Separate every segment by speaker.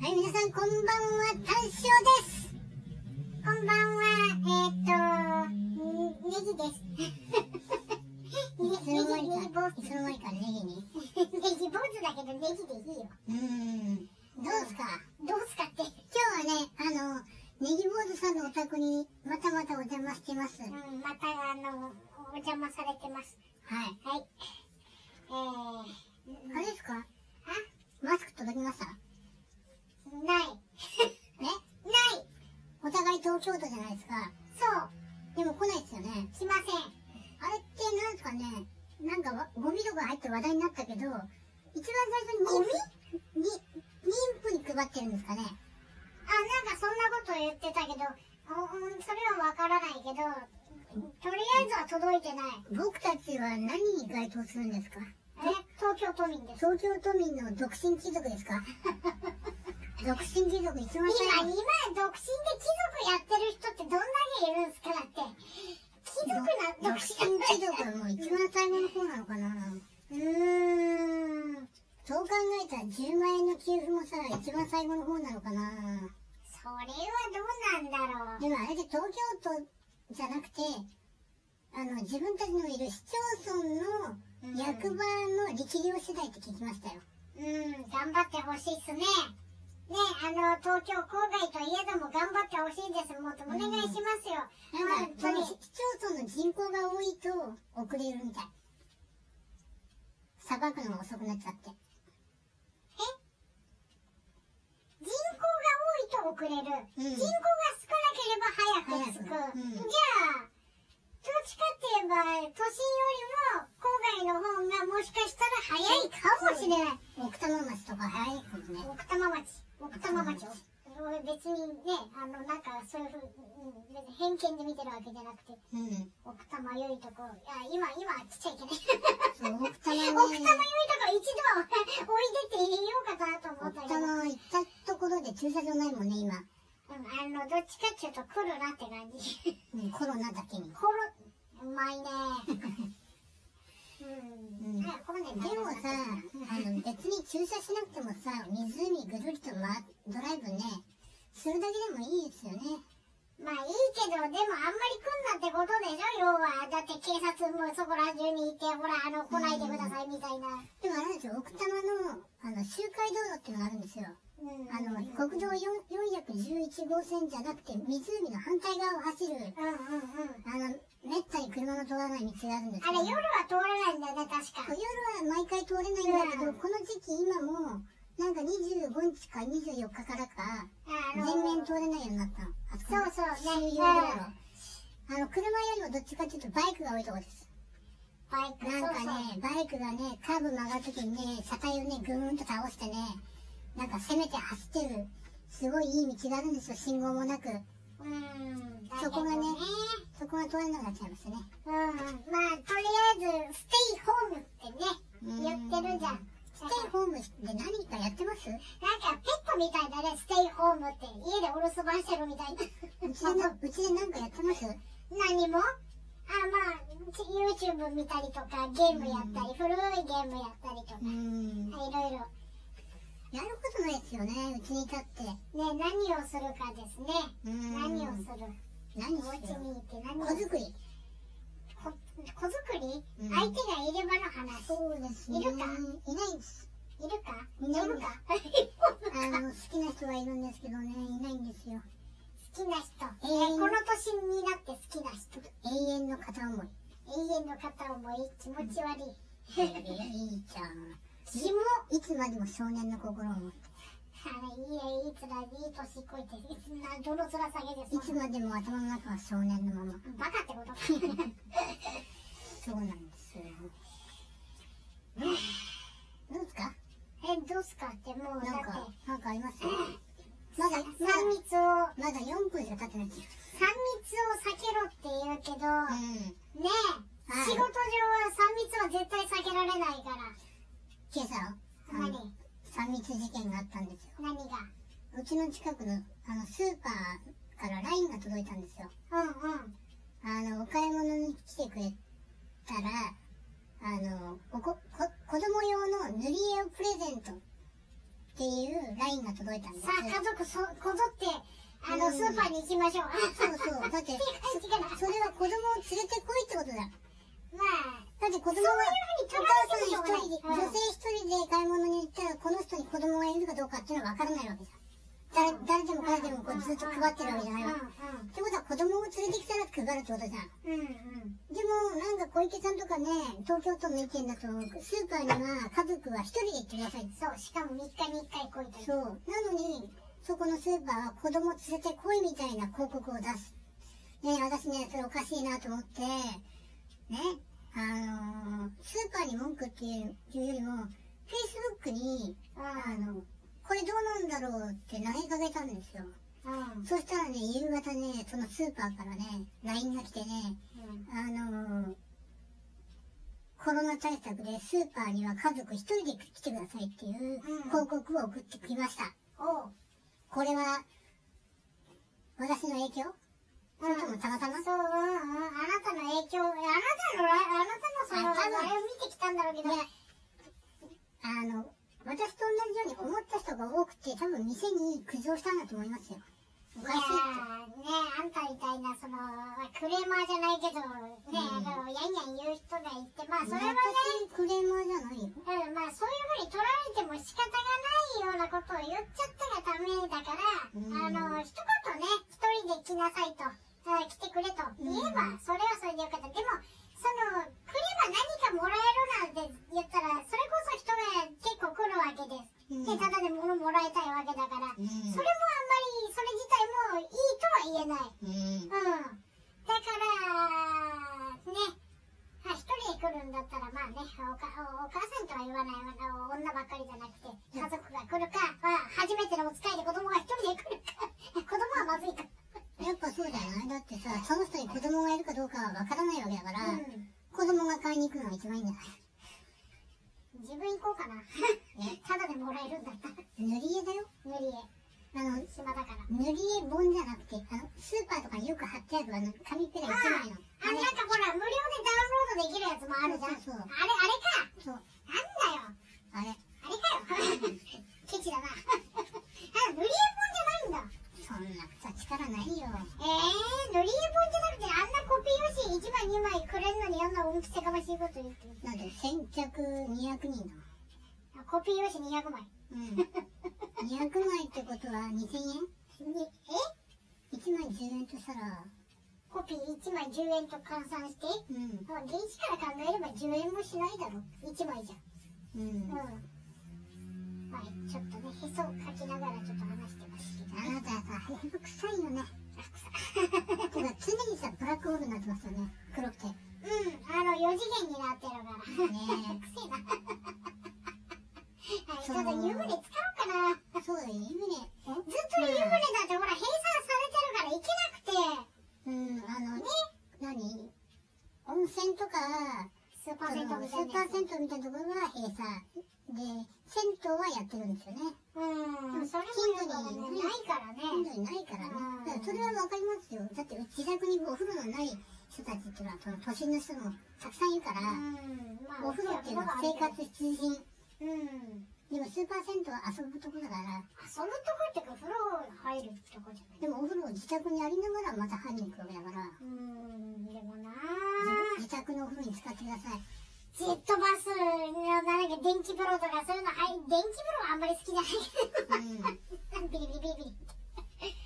Speaker 1: はい、皆さんこんばんは、単勝です。こんばんは、えーっと、ネギです。ネギ、ネギ、ネギ坊主。
Speaker 2: いつの間にかネギに。
Speaker 1: ネギ坊主だけどネギでいいよ。
Speaker 2: うーん。どうすか
Speaker 1: どうすかって。
Speaker 2: 今日はね、あの、ネギ坊主さんのお宅にまたまたお邪魔してます。は
Speaker 1: うん、またあの、お邪魔されてます。
Speaker 2: い。
Speaker 1: はい。えー、
Speaker 2: あれですかマスク届きました
Speaker 1: あ、ない。
Speaker 2: え
Speaker 1: ない。
Speaker 2: お互い東京都じゃないですか。
Speaker 1: そう、
Speaker 2: でも来ないですよね。
Speaker 1: しません。
Speaker 2: あれってなんですかね、なんかわゴミとか入って話題になったけど、一番最初に
Speaker 1: ゴミ
Speaker 2: に、妊婦に配ってるんですかね。
Speaker 1: あ、なんかそんなこと言ってたけど、おうんそれはわからないけど、とりあえずは届いてない。
Speaker 2: 僕たちは何に該当するんですか
Speaker 1: え、東京都民です。
Speaker 2: 東京都民の独身貴族ですか独身貴族一番最
Speaker 1: 今、今
Speaker 2: 後、
Speaker 1: 独身で貴族やってる人ってどんだけいるんすかだって。貴族な、
Speaker 2: 独
Speaker 1: 独
Speaker 2: 身
Speaker 1: 身。
Speaker 2: 貴族はもう一番最後の方なのかな
Speaker 1: うーん。
Speaker 2: そう考えたら10万円の給付もさ、一番最後の方なのかな
Speaker 1: それはどうなんだろう。
Speaker 2: でもあれで東京都じゃなくて、あの、自分たちのいる市町村の
Speaker 1: うん
Speaker 2: 役場の力量次第って聞きましたよ。
Speaker 1: うん、頑張ってほしいっすね。ね、あの、東京郊外といえども頑張ってほしいです。もっとお願いしますよ。
Speaker 2: なんか
Speaker 1: 本、
Speaker 2: そ
Speaker 1: 当
Speaker 2: の
Speaker 1: に
Speaker 2: 市。町村の人口が多いと遅れるみたい。裁くのが遅くなっちゃって。
Speaker 1: 人口が多いと遅れる。
Speaker 2: うん
Speaker 1: 人口が少なければ早く着く。
Speaker 2: 早くうん
Speaker 1: じゃあ、どっちかって言えば、都心よりも郊外の方がもしかしたら早いかもしれない。
Speaker 2: 奥多摩町とか早いかもね。
Speaker 1: 奥多摩町。奥多摩町
Speaker 2: 奥。
Speaker 1: 別にね、あの、なんかそういうふううん、別に偏見で見てるわけじゃなくて、
Speaker 2: うん。
Speaker 1: 奥多摩良いとこ、いや、今、今は来ちゃいけない。
Speaker 2: そう奥多摩
Speaker 1: 奥多摩良い
Speaker 2: ね
Speaker 1: と、こ、一度はおいでって言おうかなと思
Speaker 2: 奥
Speaker 1: った
Speaker 2: 多
Speaker 1: けど。
Speaker 2: 摩行ったところで駐車場ないもんね、今。
Speaker 1: うん、あの、どっちかっていうと来るなって感じ。
Speaker 2: うん、コロナだけに。
Speaker 1: コロ、うまいね。うん。
Speaker 2: うん
Speaker 1: ねコロナ
Speaker 2: でもさ、あの別に駐車しなくてもさ、湖ぐるりと回ドライブね、するだけでもいいですよね。
Speaker 1: まあいいけど、でもあんまり来んなってことでしょ、要は。だって警察もそこら中にいて、ほら、あの、来ないでくださいみたいな。
Speaker 2: でもあれなんですよ、奥多摩のあの周回道路っていうのがあるんですよ。
Speaker 1: うん。
Speaker 2: あの国道4 411号線じゃなくて、湖の反対側を走る、
Speaker 1: うんうんうん。
Speaker 2: あの、めったに車の通らない道があるんです
Speaker 1: あ
Speaker 2: よ
Speaker 1: れ、夜は通らないんだよね、確か。
Speaker 2: 夜は毎回通れないんだけ
Speaker 1: う
Speaker 2: ど、
Speaker 1: ん
Speaker 2: この時期今も、なんか25日か24日からか、
Speaker 1: あ
Speaker 2: 全
Speaker 1: の
Speaker 2: 面通れないようになったの。あこ
Speaker 1: そうそう
Speaker 2: 周
Speaker 1: ね
Speaker 2: 遊道路。あの、車よりもどっちかっていうとバイクが多いとこです。
Speaker 1: バイク、
Speaker 2: なんか
Speaker 1: そうそう。
Speaker 2: ね、バイクがね、カーブ曲がるときにね、車体をね、ぐーんと倒してね、なんか攻めて走ってる、すごいいい道があるんですよ、信号もなく。
Speaker 1: うん。
Speaker 2: そこがね
Speaker 1: だ
Speaker 2: そ
Speaker 1: けど
Speaker 2: こが通れなくなっちゃいましたね。
Speaker 1: うん。まあ、とりあえず、ステイホームってね、言ってるじゃん。
Speaker 2: ステイホームで何かやってます
Speaker 1: なんかペットみたいだね、ステイホームって。家でお留守番してるみたいな。
Speaker 2: うちでな、うちで何かやってます
Speaker 1: 何もあ、まあ、ち YouTube 見たりとか、ゲームやったり、古いゲームやったりとか、
Speaker 2: うーん。
Speaker 1: いろいろ。
Speaker 2: やることないですよね、うちにいたって。
Speaker 1: ね、何をするかですね。
Speaker 2: うーん
Speaker 1: 何をする
Speaker 2: 何
Speaker 1: お
Speaker 2: して
Speaker 1: 家
Speaker 2: る
Speaker 1: にいて何
Speaker 2: 子
Speaker 1: を
Speaker 2: 作り。
Speaker 1: こ子作り、
Speaker 2: うん
Speaker 1: 相手がいればの話。
Speaker 2: そうです
Speaker 1: ね
Speaker 2: いるかいないです。
Speaker 1: いるか
Speaker 2: いない
Speaker 1: いるか好
Speaker 2: あの、好きな人はいるんですけどね、いないんですよ。
Speaker 1: きな人。え
Speaker 2: 永遠
Speaker 1: この年になって好きな人。
Speaker 2: 永遠の片 思い。
Speaker 1: 永遠の片思い、気持ち悪い。
Speaker 2: いいじゃん。
Speaker 1: キモ
Speaker 2: いつまでも少年の心を持って
Speaker 1: はい、いえ、いつら、いい年こいて、いつな、どの面下げです
Speaker 2: いつまでも頭の中は少年のまま。
Speaker 1: バカってことは
Speaker 2: そうなんですよ。どうですか
Speaker 1: いえ、どうすかって、もう、だ
Speaker 2: なん
Speaker 1: って、
Speaker 2: か、なんかありますまだ、まだ
Speaker 1: 三、密を、
Speaker 2: まだ4分しか経ってないです。
Speaker 1: 三密を避けろって言うけど、
Speaker 2: うん。
Speaker 1: ねえ、
Speaker 2: はい
Speaker 1: 仕事上は三密は絶対避けられないから。
Speaker 2: 今朝、あ
Speaker 1: 何
Speaker 2: の、三密事件があったんですよ。
Speaker 1: 何が
Speaker 2: うちの近くの、あの、スーパーから LINE が届いたんですよ。
Speaker 1: うんうん。
Speaker 2: あの、お買い物に来てくれたら、あの、おこ、こ、子供用の塗り絵をプレゼントっていうラインが届いたんです
Speaker 1: さあ、家族そ、こぞって、あの、
Speaker 2: うん
Speaker 1: スーパーに行きましょう。
Speaker 2: そうそうだって
Speaker 1: いい感じかな。
Speaker 2: それは子供を連れてこいってことだ
Speaker 1: まあ、
Speaker 2: だって子供がお
Speaker 1: そう
Speaker 2: 母
Speaker 1: いうふうに
Speaker 2: さん一人で
Speaker 1: 捉えてもしょうがない
Speaker 2: 女性一人で買い物に行ったらこの人に子供がいるかどうかっていうのは分からないわけじゃん誰誰でも彼でもこうずっと配ってるわけじゃないわけってことは子供を連れてきたら配るってことじゃん
Speaker 1: うんうん。うんうん。
Speaker 2: でもなんか小池さんとかね東京都の意見だとスーパーには家族は一人で行ってください
Speaker 1: そう、しかも3日に1回来いという。
Speaker 2: そうなのにそこのスーパーは子供連れてこいみたいな広告を出すね私ねそれおかしいなと思ってねあのースーパーに文句っていうよりもフェイスブックにあ
Speaker 1: う
Speaker 2: のこれどうなんだろうって投げかけたんですよ
Speaker 1: ん。うん。
Speaker 2: そしたらね夕方ねそのスーパーからね LINE が来てね
Speaker 1: うん
Speaker 2: あのーコロナ対策でスーパーには家族一人で来てくださいっていう広告を送ってきました。
Speaker 1: おう。
Speaker 2: これは、私の影響それともたまたま
Speaker 1: そう、うんうん。あなたの影響、あなたのライ、あなたのその、
Speaker 2: あ多分
Speaker 1: あれを見てきたんだろうけど、
Speaker 2: いやあの、私と同じように思った人が多くて、多分店に苦情したんだと思いますよ。おかしい
Speaker 1: いや
Speaker 2: っ
Speaker 1: ーねあんたみたいなそのクレーマーじゃないけどね、
Speaker 2: うん
Speaker 1: あのやんやん言う人がいてま
Speaker 2: て。
Speaker 1: あそれはね、
Speaker 2: 私クレーマーじゃないよ。
Speaker 1: うん、まあそういうふうに取られても仕方がないようなことを言っちゃったがためだか
Speaker 2: うん
Speaker 1: ら、あの一言ね一人で来なさいとあ来てくれと言えば、
Speaker 2: うん
Speaker 1: それはそれでよかったでもそのクレーマー何かもらえるなんて言ったらそれこそ人が結構来るわけで
Speaker 2: う
Speaker 1: す、
Speaker 2: ん
Speaker 1: でただで物もらいたいわけだから、
Speaker 2: うん
Speaker 1: それもあんまりそれ自体もいいとは言え
Speaker 2: うん
Speaker 1: ないうん。だから、ね。あ一人で来るんだったら、まあね、おかおお母さんとは言わないあの女ばっかりじゃなくて、家族が来るか、あ初めてのお使いで子供が一人で来るか、子供はまずいか。
Speaker 2: やっぱそうじゃないだってさ、その人に子供がいるかどうかはわからないわけだから、
Speaker 1: うん。
Speaker 2: 子供が買いに行くのが一番いいんじゃない
Speaker 1: 自分行こうかな。ただでもらえるんだったら、
Speaker 2: 塗り絵だよ。
Speaker 1: 塗り絵、
Speaker 2: あの、
Speaker 1: 島だから。
Speaker 2: 塗り絵本じゃなくて、あの、スーパーとかによく貼ってあるあの、紙ペラ一枚の。
Speaker 1: あ、なんかほら、無料でダウンロードできるやつもあるじゃん。
Speaker 2: そうそうそう
Speaker 1: あ
Speaker 2: そう、あ
Speaker 1: れ、あれか。なんだよ。
Speaker 2: れ。
Speaker 1: あれか よ。ケチだな。あ、塗り絵本じゃないんだ。
Speaker 2: そんなさ、力ないよ。
Speaker 1: えー、塗り絵本じゃなくてあんなコピー用紙1枚2枚くれるのにあんな恩着せがましいこと言ってる
Speaker 2: なんで、先着200人だもん。
Speaker 1: コピー用紙200枚
Speaker 2: うん、200枚ってこと は2000
Speaker 1: にえ
Speaker 2: 円 ?1 枚10円としたら、
Speaker 1: コピー1枚10円と換算して
Speaker 2: うん、
Speaker 1: まあ原子から考えれば10円もしないだろ1枚じゃ
Speaker 2: うん
Speaker 1: うん。はいちょっとねへそをかきながらちょっと話してますけど
Speaker 2: あなたさ、へそ臭いよね。てか、常にさ、ブラックホールになってますよね。黒くて。ね
Speaker 1: うんあの4次元になってるから
Speaker 2: え。
Speaker 1: くせえなはいちょっと湯船使おうかな
Speaker 2: そうだよ、湯船。
Speaker 1: ずっと湯船だってほら閉鎖されてるから行けなくて
Speaker 2: うん、あの、何温泉とか、
Speaker 1: スーパ
Speaker 2: そ
Speaker 1: ー銭湯
Speaker 2: の
Speaker 1: み
Speaker 2: ス
Speaker 1: たい
Speaker 2: ーパ
Speaker 1: な
Speaker 2: ー
Speaker 1: やつ
Speaker 2: 銭湯みたいなところは閉鎖。で、銭湯はやってるんですよね。
Speaker 1: うんそれもねないから
Speaker 2: 頻度
Speaker 1: ね
Speaker 2: にないからね
Speaker 1: うん。
Speaker 2: だからそれはわかりますよ。だって自宅にお風呂のない人たちっていうのは、その都心の人もたくさんいるから、
Speaker 1: うんまあ
Speaker 2: お風呂っていうのは生活必需品。
Speaker 1: うん
Speaker 2: でもスーパー銭湯は遊ぶとこだから、
Speaker 1: 遊ぶとこっていうか風呂入るとこじゃない
Speaker 2: でもお風呂を自宅にありながらまた入りに行くわけだから、
Speaker 1: うんでもな
Speaker 2: 自自宅のお風呂に使ってください。
Speaker 1: ジェットバスのなんだっけ電気風呂とかそういうの入電気風呂はあんまり好きじゃない けど
Speaker 2: うん。
Speaker 1: ビリビリビリビリ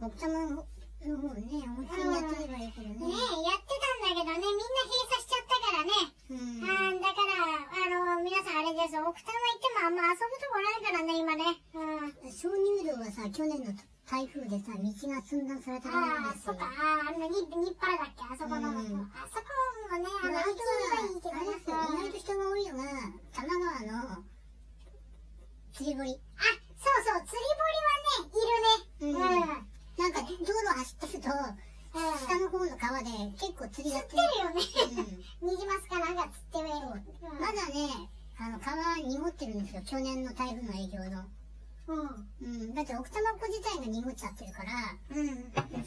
Speaker 2: 奥多摩の方ね、温泉やってればいいけど
Speaker 1: ねえ
Speaker 2: ね。
Speaker 1: やってたんだけどねみんな閉鎖しちゃったからね
Speaker 2: うん。
Speaker 1: あーだから、あの皆さんあれです、奥多摩行ってもあんま遊ぶとこないからね、今ね。うん。
Speaker 2: 鍾乳洞はさ、去年の台風でさ、道が寸断されたもの
Speaker 1: ああ
Speaker 2: で、す
Speaker 1: そ
Speaker 2: よ
Speaker 1: っ。か、あーあの、に、日原だっけ、あそこの、
Speaker 2: うん
Speaker 1: あそこもね、
Speaker 2: あの、あとは、あれですよ、意外
Speaker 1: あの、行けばいいけどな。うん
Speaker 2: と人が多いのが、多摩川の釣り堀。
Speaker 1: あ、そうそう、釣り堀は
Speaker 2: うん
Speaker 1: ね、いるね。うん。うん。
Speaker 2: なんか、道路走ってると、下の方の川で結構釣りや
Speaker 1: 釣
Speaker 2: っる。
Speaker 1: っててるよね。 ニジマスかなんか釣ってる。
Speaker 2: うんまだね、あの、川濁ってるんですよ、去年の台風の影響の。
Speaker 1: うん。
Speaker 2: うん、だって奥多摩湖自体が濁っちゃってるから、
Speaker 1: うん。うん。
Speaker 2: ずっと濁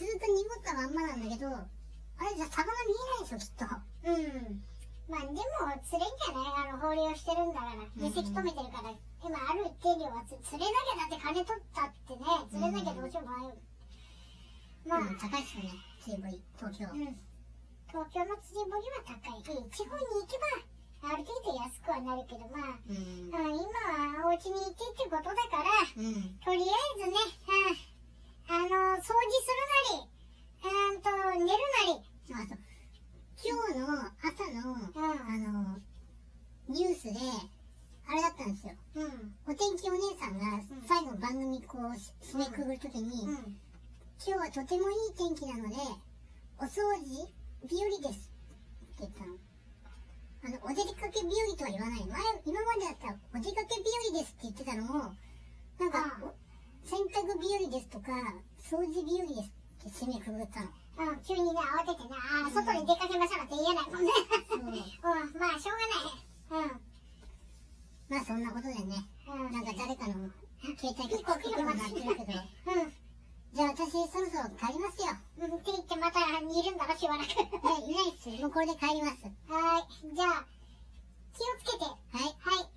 Speaker 2: ったまんまなんだけど、あれじゃ魚見えないでしょ、きっと。
Speaker 1: うん。まあでも釣れんじゃないあの放流してるんだから、
Speaker 2: うん
Speaker 1: でせき止めてるから今ある一定量はつ釣れなきゃだって金取ったってね釣れなきゃどうしようもない、まあ、
Speaker 2: うん、高いっすよね CV 東京、
Speaker 1: うん、東京の釣り堀は高い、地方に行けばある程度安くはなるけどまあ、
Speaker 2: う
Speaker 1: うん
Speaker 2: ん
Speaker 1: 今はお家にいてってことだから
Speaker 2: うん
Speaker 1: とりあえずね、うん、あの掃除するなりうんと寝る
Speaker 2: あと今日の朝の
Speaker 1: なり
Speaker 2: あのニュースであれだったんですよ
Speaker 1: うんうん
Speaker 2: お天気お姉さんが
Speaker 1: ん
Speaker 2: 最後番組こうし締めくぐるときに、
Speaker 1: うん
Speaker 2: 今日はとてもいい天気なのでお掃除日和ですって言ったのあのお出かけ日和とは言わない前今までだったらお出かけ日和ですって言ってたのもなんか
Speaker 1: ああ
Speaker 2: お洗濯日和ですとか掃除日和ですって締めくぐったの
Speaker 1: うん、急にね、慌ててね、あー外に出かけましょうって言えないもんね。
Speaker 2: そう
Speaker 1: うん、まあ、しょうがない。
Speaker 2: まあそんなことでね
Speaker 1: うん、うん。
Speaker 2: なんか誰かの携帯がピコピコなってるけど
Speaker 1: うん、
Speaker 2: じゃあ私そろそろ帰りますよ
Speaker 1: うん、って言ってまた煮るんだろ、しばらく。
Speaker 2: えいないっすもうこれで帰ります
Speaker 1: はーい、じゃあ、気をつけて。は
Speaker 2: はい
Speaker 1: い。